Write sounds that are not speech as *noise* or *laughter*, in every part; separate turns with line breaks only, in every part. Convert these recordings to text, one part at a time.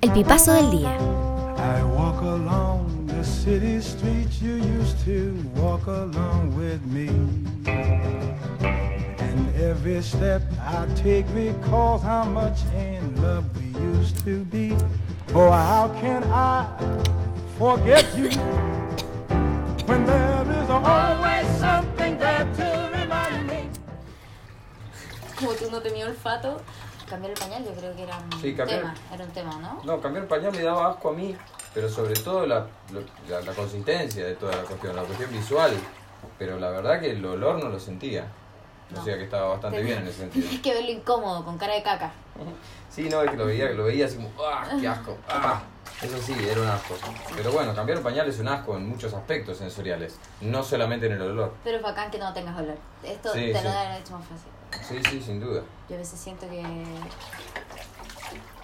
El pipazo del día.
I walk along the city streets you used to walk along with me. And every step I take recalls how much in love we used to be. Oh, how can I forget you when there is always something there to remind me?
Como tú no tenías olfato, cambiar el pañal yo creo que era un
Sí, cambiar.
tema, era un tema, ¿no?
No, cambiar el pañal me daba asco a mí, pero sobre todo la, lo- la, la consistencia de toda la cuestión, la cuestión visual. Pero la verdad que el olor no lo sentía.
No.
O sea que estaba bastante bien en ese sentido.
Tenías que verlo incómodo, con cara de caca.
Sí, no, es que lo veía, lo veía así como, ¡ah, qué asco! ¡ah! Eso sí, era un asco. Pero bueno, cambiar el pañal es un asco en muchos aspectos sensoriales, no solamente en el olor.
Pero es bacán que no tengas olor. Esto
Sí,
te lo
sí.
da hecho más fácil.
Sí, sí, sin duda.
Yo a veces siento que,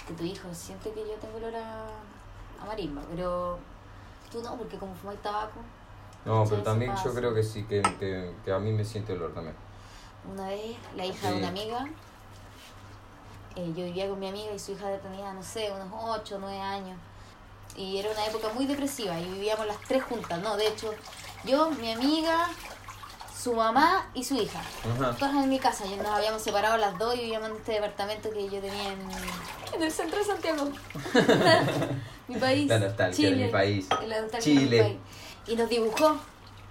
que tu hijo siente que yo tengo olor a, a marimba, pero tú no, porque como fumáis tabaco,
No,
Sí,
pero
eso
también yo
pasa.
creo que sí, que, que- que a mí me siente olor también.
Una vez, la hija de
Sí.
una amiga, eh, yo vivía con mi amiga y su hija tenía, no sé, unos 8 o 9 años. Y era una época muy depresiva y vivíamos las tres juntas, ¿no? De hecho, yo, mi amiga, su mamá y su hija.
Ajá.
Todas en mi casa, ya nos habíamos separado las dos y vivíamos en este departamento que yo tenía en, en el centro de
*laughs*
Santiago. mi país.
La nostalgia
Chile,
de mi país.
La nostalgia
Chile.
de mi país. Y nos dibujó.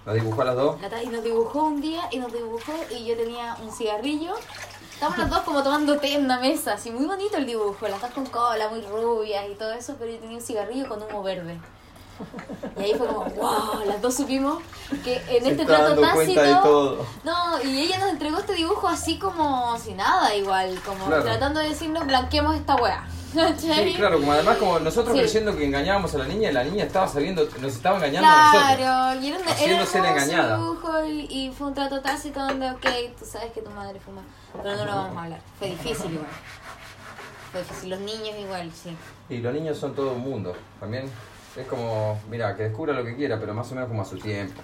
¿La dibujó a las dos?
La ta- Y nos dibujó un día y nos dibujó y yo tenía un cigarrillo. Estábamos las dos como tomando té en una mesa, así muy bonito el dibujo, las dos con cola, muy rubias y todo eso, pero yo tenía un cigarrillo con humo verde. Y ahí fue como, wow, las dos supimos que en
Se
este
está
trato
dando cuenta de
tácito.
todo.
No, y ella nos entregó este dibujo así como sin nada, igual, como
Claro.
tratando de decirnos, blanqueemos esta weá. *laughs* ¿cachai?
Sí, claro, como además como nosotros
Sí.
creyendo que engañábamos a la niña, la niña estaba sabiendo, nos estaba engañando a nosotros.
Claro, y era un era
Haciéndose la
hermoso
engañada.
dibujo y, y fue un trato tácito donde, ok, tú sabes que tu madre fuma, pero no lo vamos a hablar. Fue difícil igual. Fue difícil, los niños igual, sí.
Y los niños son todo un mundo. También es como, mira, que descubra lo que quiera, pero más o menos como a su tiempo.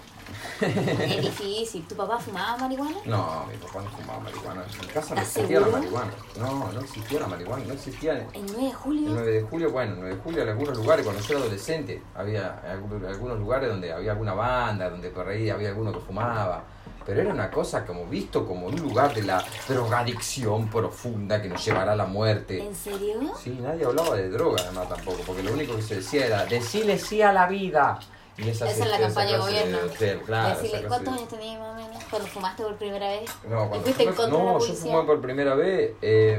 Es difícil. ¿Tu papá fumaba marihuana?
No, mi papá no fumaba marihuana. En mi casa no
¿Estás
existía la
seguro?
marihuana. No, no existía la marihuana, no existía. El
El 9 de julio.
9 de julio, bueno, el 9 de julio en algunos lugares, cuando yo era adolescente, había algu- algunos lugares donde había alguna banda, donde por ahí había alguno que fumaba. Pero era una cosa como visto como un lugar de la drogadicción profunda que nos llevará a la muerte.
¿En serio?
Sí, nadie hablaba de droga además tampoco, porque lo único que se decía era decirle sí a la vida. Y esa,
Esa es la campaña de
clase
gobierno.
hotel, claro, esa
Decirle,
clase
¿Cuántos
de-
años tenías más o menos cuando fumaste por primera vez?
no,
¿Y
cuando
fuiste en
fumé-
contra de la
no, yo
policía?
fumé por primera vez eh,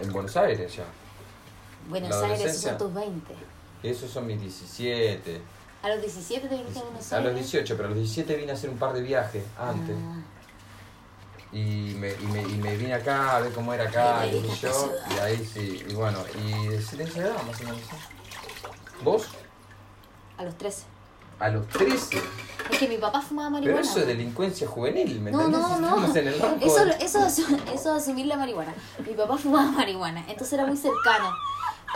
en Buenos Aires ya.
Buenos
la
Aires, esos
adolescencia.
son tus 20.
Esos son mis 17.
A los 17 te viniste a Buenos
A
Aires.
los 18, pero a los 17 vine a hacer un par de viajes antes.
Ah.
Y, me, y, me, y me vine acá a ver cómo era acá,
Y
y,
ahí
qué sé
esta
yo.
ciudad.
Y ahí sí, y bueno, y de sí, de esa edad más o menos. ¿sí? ¿Vos?
A los 13.
A los 13.
Es que mi papá fumaba
Pero
marihuana.
eso es delincuencia juvenil, ¿me
No,
entendés?
no,
Estamos
no.
en el banco.
Eso,
de-
eso, asu- eso de asumir la marihuana. Mi papá fumaba marihuana, entonces era muy cercano.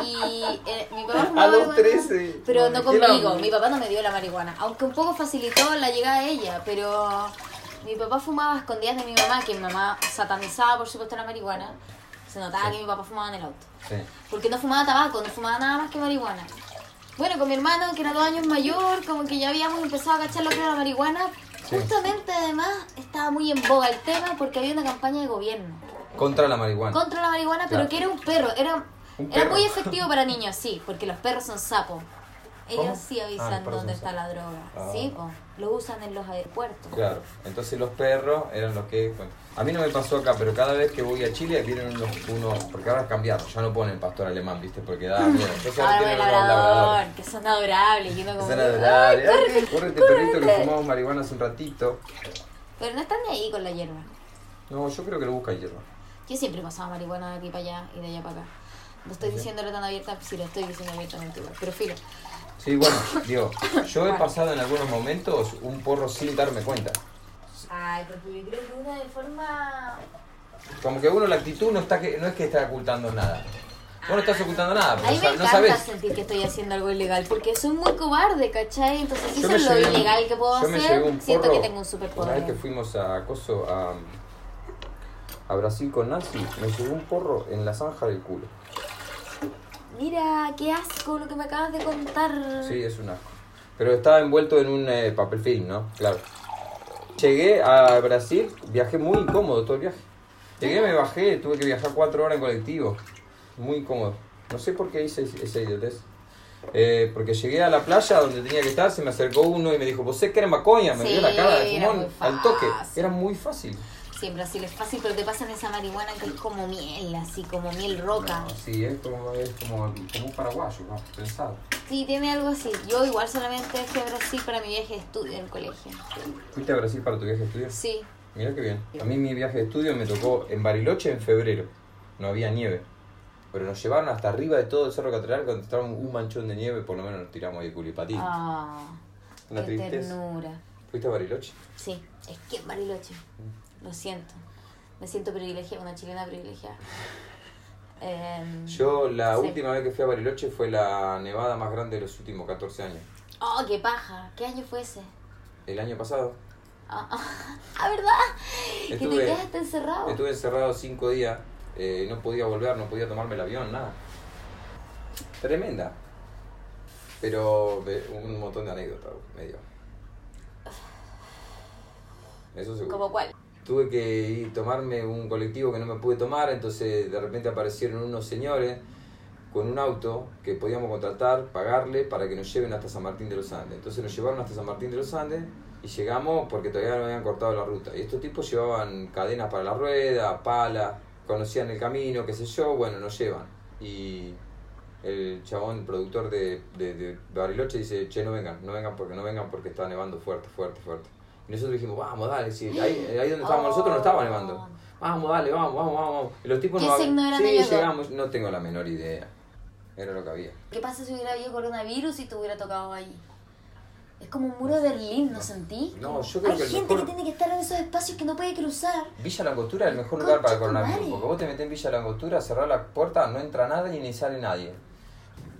Y eh, mi papá fumaba
A los
marihuana,
13.
Pero no
Bueno, ¿qué la-
conmigo, mi papá no me dio la marihuana. Aunque un poco facilitó la llegada de ella, pero mi papá fumaba a escondidas de mi mamá, que mi mamá satanizaba por supuesto la marihuana. Se notaba que mi papá fumaba en el auto.
Sí.
Porque no fumaba tabaco, no fumaba nada más que marihuana. Bueno, con mi hermano, que era dos años mayor, como que ya habíamos empezado a cachar lo que era la marihuana.
Sí.
Justamente, además, estaba muy en boga el tema porque había una campaña de gobierno
Contra la marihuana.
contra la marihuana, pero
Claro.
que era un perro. Era,
Un
era
perro.
muy efectivo para niños, sí, porque los perros son sapos. Ellos
¿Cómo?
sí
Ah, los
avisan
perros
dónde
son
está la
sapos.
droga.
Ah.
Sí, po. lo usan en los aeropuertos.
Claro, entonces los perros eran los que... bueno, a mí no me pasó acá, pero cada vez que voy a Chile vienen unos... unos- porque ahora cambiaron, ya no ponen pastor alemán, ¿viste? Porque da miedo. Entonces ahora
Ahora el
tienen unos labradores.
labrador, que son adorables. Y uno como
Empiezan
que,
a
"Ay,
adorar, "Ay,
corre".
Corre, este perrito que fumamos marihuana hace un ratito.
Pero no están ni ahí con la hierba.
No, yo creo que lo busca hierba.
Yo siempre he pasado marihuana de aquí para allá y de allá para acá. No estoy diciéndolo tan abierta, si lo estoy diciendo abiertamente igual, pero filo.
Sí, bueno, *laughs* digo, yo he pasado en algunos momentos un porro sin darme cuenta.
Ay, porque yo creo que una de forma...
Como que uno la actitud no está que no es que está ocultando nada. Vos no estás ocultando nada,
A
porque
mí me
no sa- no
encanta
sabes.
sentir que estoy haciendo algo ilegal, porque soy muy cobarde, ¿cachai? Entonces, si eso
Yo me
es lo
llevé un-
ilegal que puedo
yo me llevé
hacer,
un
siento
porro
que tengo un
Una vez que
superpoder.
fuimos a Coso, a, a Brasil con Nancy, me llevó un porro en la zanja del culo.
Mira, qué asco lo que me acabas de contar.
Sí, es un asco. Pero estaba envuelto en un eh, papel film, ¿no? Claro. Llegué a Brasil, viajé muy incómodo todo el viaje. Llegué, me bajé, tuve que viajar cuatro horas en colectivo. Muy incómodo. No sé por qué hice ese- esa idiotez. Eh, porque llegué a la playa donde tenía que estar, se me acercó uno y me dijo, ¿vos sé que era macoña? Me
Sí,
dio la cara de
era
fumón
muy
al toque.
fácil.
Era muy fácil.
Sí, en Brasil es fácil, pero te pasan esa marihuana que es como miel, así como miel roca.
No, sí, es como, es como, como un paraguayo, ¿no? pensado.
Sí, tiene algo así. Yo igual solamente fui a Brasil para mi viaje de estudio en el colegio.
¿Fuiste a Brasil para tu viaje de estudios?
Sí,
Mira qué bien. A mí mi viaje de estudio me tocó en Bariloche en febrero. No había nieve. Pero nos llevaron hasta arriba de todo el Cerro Catedral cuando estaba un un manchón de nieve, por lo menos nos tiramos ahí de culipatín.
Ah,
Una
qué
tristeza.
ternura.
¿Fuiste a Bariloche?
Sí, es que en Bariloche. Lo siento. Me siento privilegiada, una chilena
*laughs*
privilegiada. Em,
Yo la
Sí.
última vez que fui a Bariloche fue la nevada más grande de los últimos 14 años.
Oh, qué paja. ¿Qué año fue ese?
El año pasado
Ah, ah, ah, ¿verdad? que te
Estuve-
quedaste encerrado.
estuve encerrado 5 días, eh, no podía volver, no podía tomarme el avión, nada. Tremenda. Pero eh, un montón de anécdotas me dio. Eso seguro.
¿Como cuál?
Tuve que ir, tomarme un colectivo que no me pude tomar, entonces de repente aparecieron unos señores con un auto que podíamos contratar, pagarle para que nos lleven hasta San Martín de los Andes. Entonces nos llevaron hasta San Martín de los Andes y llegamos porque todavía no habían cortado la ruta. Y estos tipos llevaban cadenas para la rueda, pala, conocían el camino, qué sé yo, bueno, nos llevan. Y el chabón, el productor de, de, de Bariloche dice, che, no vengan, no vengan porque no vengan porque está nevando fuerte, fuerte, fuerte. Y nosotros dijimos, vamos, dale, sí, ahí, ahí donde estábamos
Oh.
nosotros no estaba nevando. Vamos, dale, vamos, vamos, vamos. Y los tipos
¿Qué
no
signo eran
Sí,
ellos dos?
llegamos, no tengo la menor idea. Era lo que había.
¿Qué pasa si hubiera habido coronavirus y te hubiera tocado ahí? Es como un muro de Berlín, ¿no sentí?
No, yo creo
Hay
que el
gente
mejor-
que tiene que estar en esos espacios que no puede cruzar.
Villa La Angostura es el mejor lugar para el
Concha tu
coronavirus.
madre.
Porque vos te metés en Villa La Angostura, cerrás la puerta, no entra nadie ni sale nadie.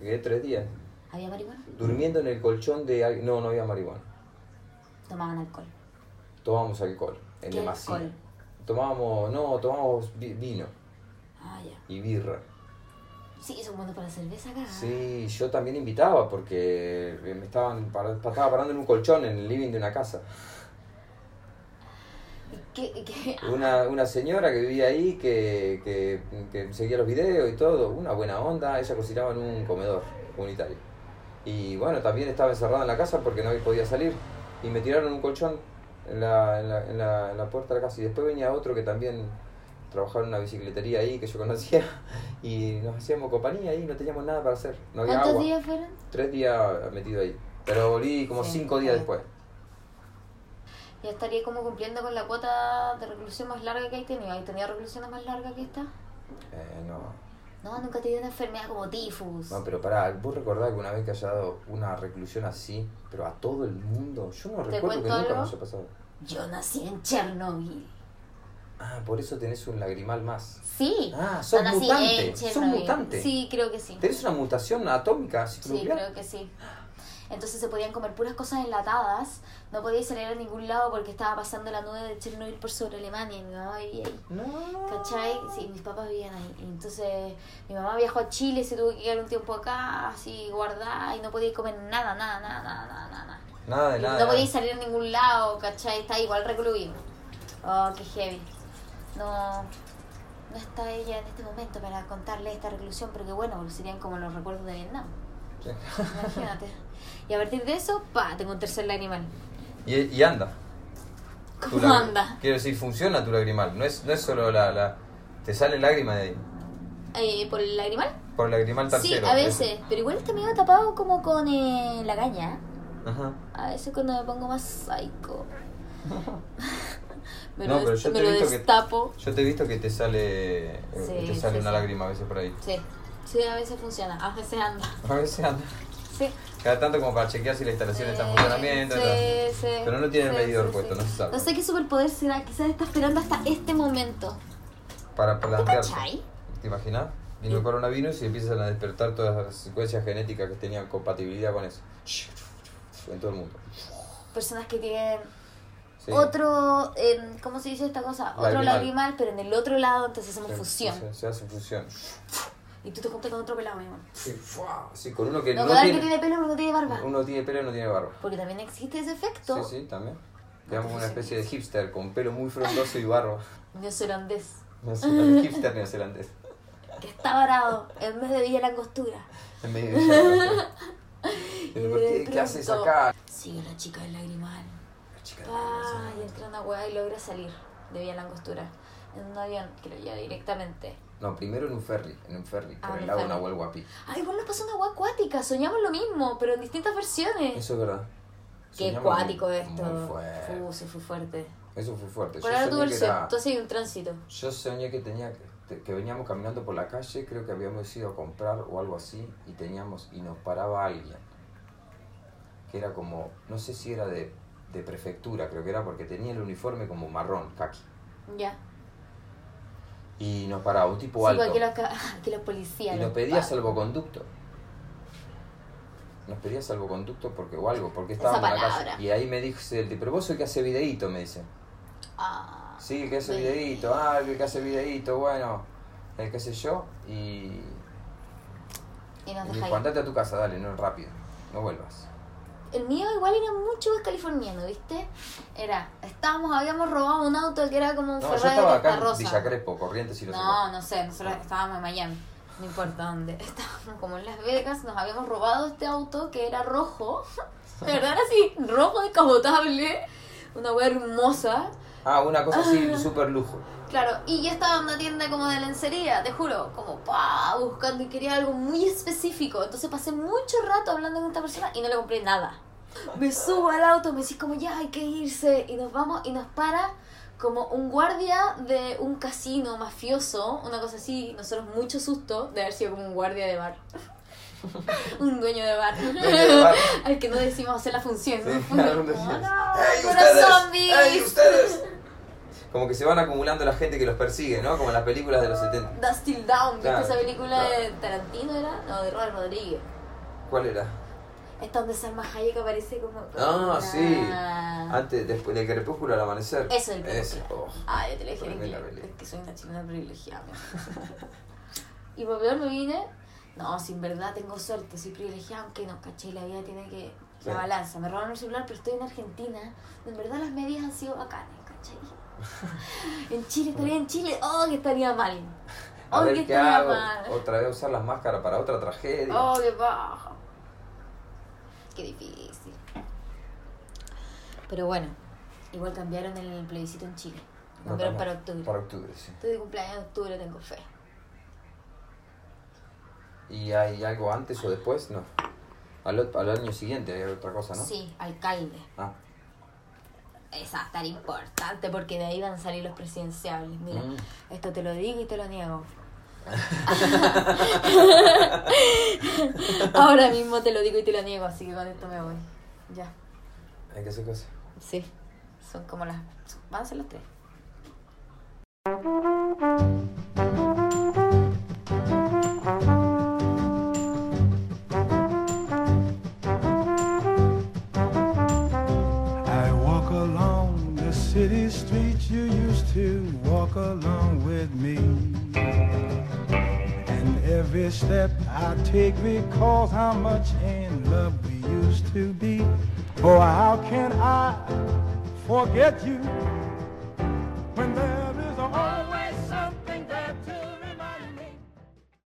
Quedé tres días.
¿Había marihuana?
Durmiendo en el colchón de... al- No, no había marihuana.
Tomaban alcohol.
Tomábamos alcohol. En
¿Qué
demasía.
alcohol?
Tomábamos... No, tomábamos vi- vino
Ah, ya.
y birra.
Ah. Sí, son buenos para la cerveza acá.
Sí, yo también invitaba porque me estaban par- estaba parando en un colchón en el living de una casa.
¿Qué, qué?
Una, una señora que vivía ahí, que, que- que seguía los videos y todo, una buena onda, ella cocinaba en un comedor comunitario. Y bueno, también estaba encerrada en la casa porque no podía salir. Y me tiraron un colchón en la, en la- en la- en la puerta de la casa. Y después venía otro que también trabajaba en una bicicletería ahí que yo conocía. *laughs* Y nos hacíamos compañía ahí, no teníamos nada para hacer. No había
¿Cuántos
agua.
días fueron?
Tres días metido ahí. Pero volví como
Sí,
cinco días
claro.
después.
Ya estaría como cumpliendo con la cuota de reclusión más larga que hay tenido. ¿Hay tenido reclusiones más largas que esta?
Eh, no.
No, nunca he tenido una enfermedad como tifus.
No, pero pará, ¿vos recordás alguna vez que haya dado una reclusión así, pero a todo el mundo? Yo no recuerdo
cuento
que nunca
algo?
me haya pasado.
Yo nací en Chernobyl.
Ah, por eso tenés un lagrimal más.
Sí.
Ah, sos
Yo nací
mutante,
en
sos
Chernobyl.
mutante.
Sí, creo que sí.
¿Tenés una mutación atómica?
Sí,
ciclopial?
creo que sí. Entonces se podían comer puras cosas enlatadas. No podía salir a ningún lado porque estaba pasando la nube de Chernobyl por sobre Alemania y mi mamá vivía ahí.
No.
¿Cachai? Sí, mis papás vivían ahí. Y Entonces mi mamá viajó a Chile, se tuvo que quedar un tiempo acá, así guardada y no podía comer nada, nada, nada, nada, nada, nada.
Nada de
Y
nada.
No podía salir a ningún lado, ¿cachai? Está igual recluido. Oh, qué heavy. No, no está ella en este momento para contarle esta reclusión, porque bueno, serían como los recuerdos de Vietnam.
*laughs*
Imagínate. Y a partir de eso, pa, tengo un tercer animal.
Y, y anda. Tu
¿Cómo
lag-
anda?
Quiero decir, funciona tu lagrimal. No es, no es solo la, la- Te sale lágrima de ahí.
Eh, ¿Por el animal?
Por el lagrimal
Sí,
tercero.
a
es-
veces. Pero igual está medio tapado como con eh, la caña.
Ajá.
A veces cuando me pongo más
*laughs*
psycho. me
No,
lo,
pero
des-
yo
me
te he
lo
visto que-
destapo.
Yo te he visto que te sale, eh,
Sí,
te sale
sí,
una
sí.
lágrima a veces por ahí.
Sí, sí, a veces funciona, a veces anda. *laughs*
A veces anda.
Sí.
Cada tanto como para chequear si la instalación está en funcionamiento.
Eh,
¿no?
sí, sí.
Pero no tiene
Sí,
el medidor
sí,
puesto,
sí.
no se sabe.
No sé qué superpoder será, quizás está esperando hasta este momento.
Para plantear.
cachai?
¿Te imaginas? vino el coronavirus y empiezan a despertar todas las secuencias genéticas que tenían compatibilidad con eso. En todo el mundo.
Personas que tienen
Sí.
otro, em, ¿cómo se dice esta cosa? Otro
Lagrimal.
lagrimal, pero en el otro lado, entonces hacemos
Se-
fusión.
Se, se hace fusión.
Y tú te juntas con otro pelado, mi amor.
Sí, ¡fua! Sí, con uno que
No,
no,
con alguien
tiene,
que tiene pelo pero no tiene barba.
Uno tiene pelo y no tiene barba.
Porque también existe ese
Sí,
efecto
sí, también. Digamos una especie de hipster con pelo muy frondoso
*laughs*
y barba.
neozelandés
Neozelandés, hipster neozelandés.
que está varado en vez de Villa Langostura.
En medio de la-
*laughs*
¿Por qué? ¿Qué haces
pronto- ah,
acá?
Sí, la chica del lagrimal.
La chica de la
Pa,
neozelandesa.
y entra una weá y logra salir de Villa Langostura en un avión que lo lleva directamente.
No, primero en un ferry, en un ferry,
Ah,
por
en
el
un
lado
ferry.
de
Eh,
Nahuel Huapi.
Ay, igual nos pasó una weá acuática, soñamos lo mismo, pero en distintas versiones.
Eso es verdad.
Qué
Soñamos muy-
acuático esto.
muy fuerte.
Fu, se fue fuerte.
Eso fue fuerte.
Por
Yo
ahora tu
soñé que
versión,
era-
entonces hay un tránsito.
Yo soñé que tenía que, que veníamos caminando por la calle, creo que habíamos ido a comprar o algo así, y teníamos, y nos paraba alguien. Que era como, no sé si era de, de prefectura, creo que era porque tenía el uniforme como marrón, kaki.
Ya.
Y nos paraba un tipo
Sí,
alto.
porque aquí los, ca- *laughs* aquí los policías.
Y
los
nos pedía
pa-
salvoconducto. Nos pedía salvoconducto porque, o algo, porque
Esa
estábamos en la calle.
palabra.
Y ahí me dice el tipo, pero vos soy que hace videíto, me dice.
Ah,
Sí, el que hace
Ve.
videíto, ah, el que hace videíto, bueno, el qué sé yo. Y,
y
y
nos
me
deja
dijo,
ir.
andate a tu casa, dale, no rápido, no vuelvas.
El mío igual era mucho más californiano, ¿viste? Era, estábamos, habíamos robado un auto que era como un
No, yo
Ferrari
estaba
de
acá
Costa
en
Rosa.
Villa Crespo, Corrientes y no,
no,
sé
no sé, nosotros estábamos en Miami, no importa dónde. *laughs* Estábamos como en Las Vegas, nos habíamos robado este auto que era rojo, *laughs* de verdad era así, rojo descabotable, una wea hermosa.
cuál. Ah, una cosa así, súper
*laughs*
lujo.
Claro, y yo estaba en una tienda como de lencería, te juro, como pa, buscando y quería algo muy específico. Entonces pasé mucho rato hablando con esta persona y no le compré nada. Me subo al auto, me decís como ya hay que irse y nos vamos y nos para como un guardia de un casino mafioso, una cosa así, nosotros mucho susto de haber sido como un guardia de bar. *laughs* un dueño de bar.
de bar.
*laughs* al que no decimos hacer la función.
Sí, *laughs*
¿no?
claro,
Como,
decías,
"No,
"¡Ey,
puros
ustedes!
zombies".
¡Ey, ustedes! Como que se van acumulando la gente que los persigue, ¿no? Como en las películas de los 70.
Dust Till Down, ¿viste
Claro,
esa película
claro.
de Tarantino era? No, de Robert Rodríguez.
¿Cuál era?
Es donde Salma Hayek aparece como...
Ah, sí.
Ah.
Antes, después del crepúsculo al amanecer.
Eso es el
Ese,
crepúsculo.
oh.
Ah, yo te lo dije
Tremenda
que,
película.
es que soy una chilena privilegiada. *laughs* y por peor me vine... No, si en verdad tengo suerte, soy privilegiada, aunque no, caché, la vida tiene que... La
Sí.
balanza, me robaron el celular, pero estoy en Argentina. En verdad las medias han sido bacanas,
*laughs*
¿cachai? en Chile, estaría en Chile. ¡Oh, que estaría mal!
A
¡Oh, que
ver qué
estaría
hago.
mal!
Otra vez usar las máscaras para otra tragedia.
Oh, qué baja. Qué difícil. Pero bueno, igual cambiaron el plebiscito en Chile. Lo
No,
Cambiaron
no,
para octubre.
Para octubre, sí.
Estoy de cumpleaños en octubre, tengo fe.
¿Y hay algo antes o después? No. Al, ot- al año siguiente hay otra cosa, ¿no?
Sí, alcalde.
Ah,
Esa va a estar importante porque de ahí van a salir los presidenciables. Mira,
Mm.
esto te lo digo y te lo
*laughs*
niego. Ahora mismo te lo digo y te lo niego, así que con esto me voy. Ya.
hay que hacer cosas.
Sí, son como las. Van a ser las tres.
I walk along the city streets you used to walk along with me. And every step I take recalls how much in love we used to be. Oh, how can I forget you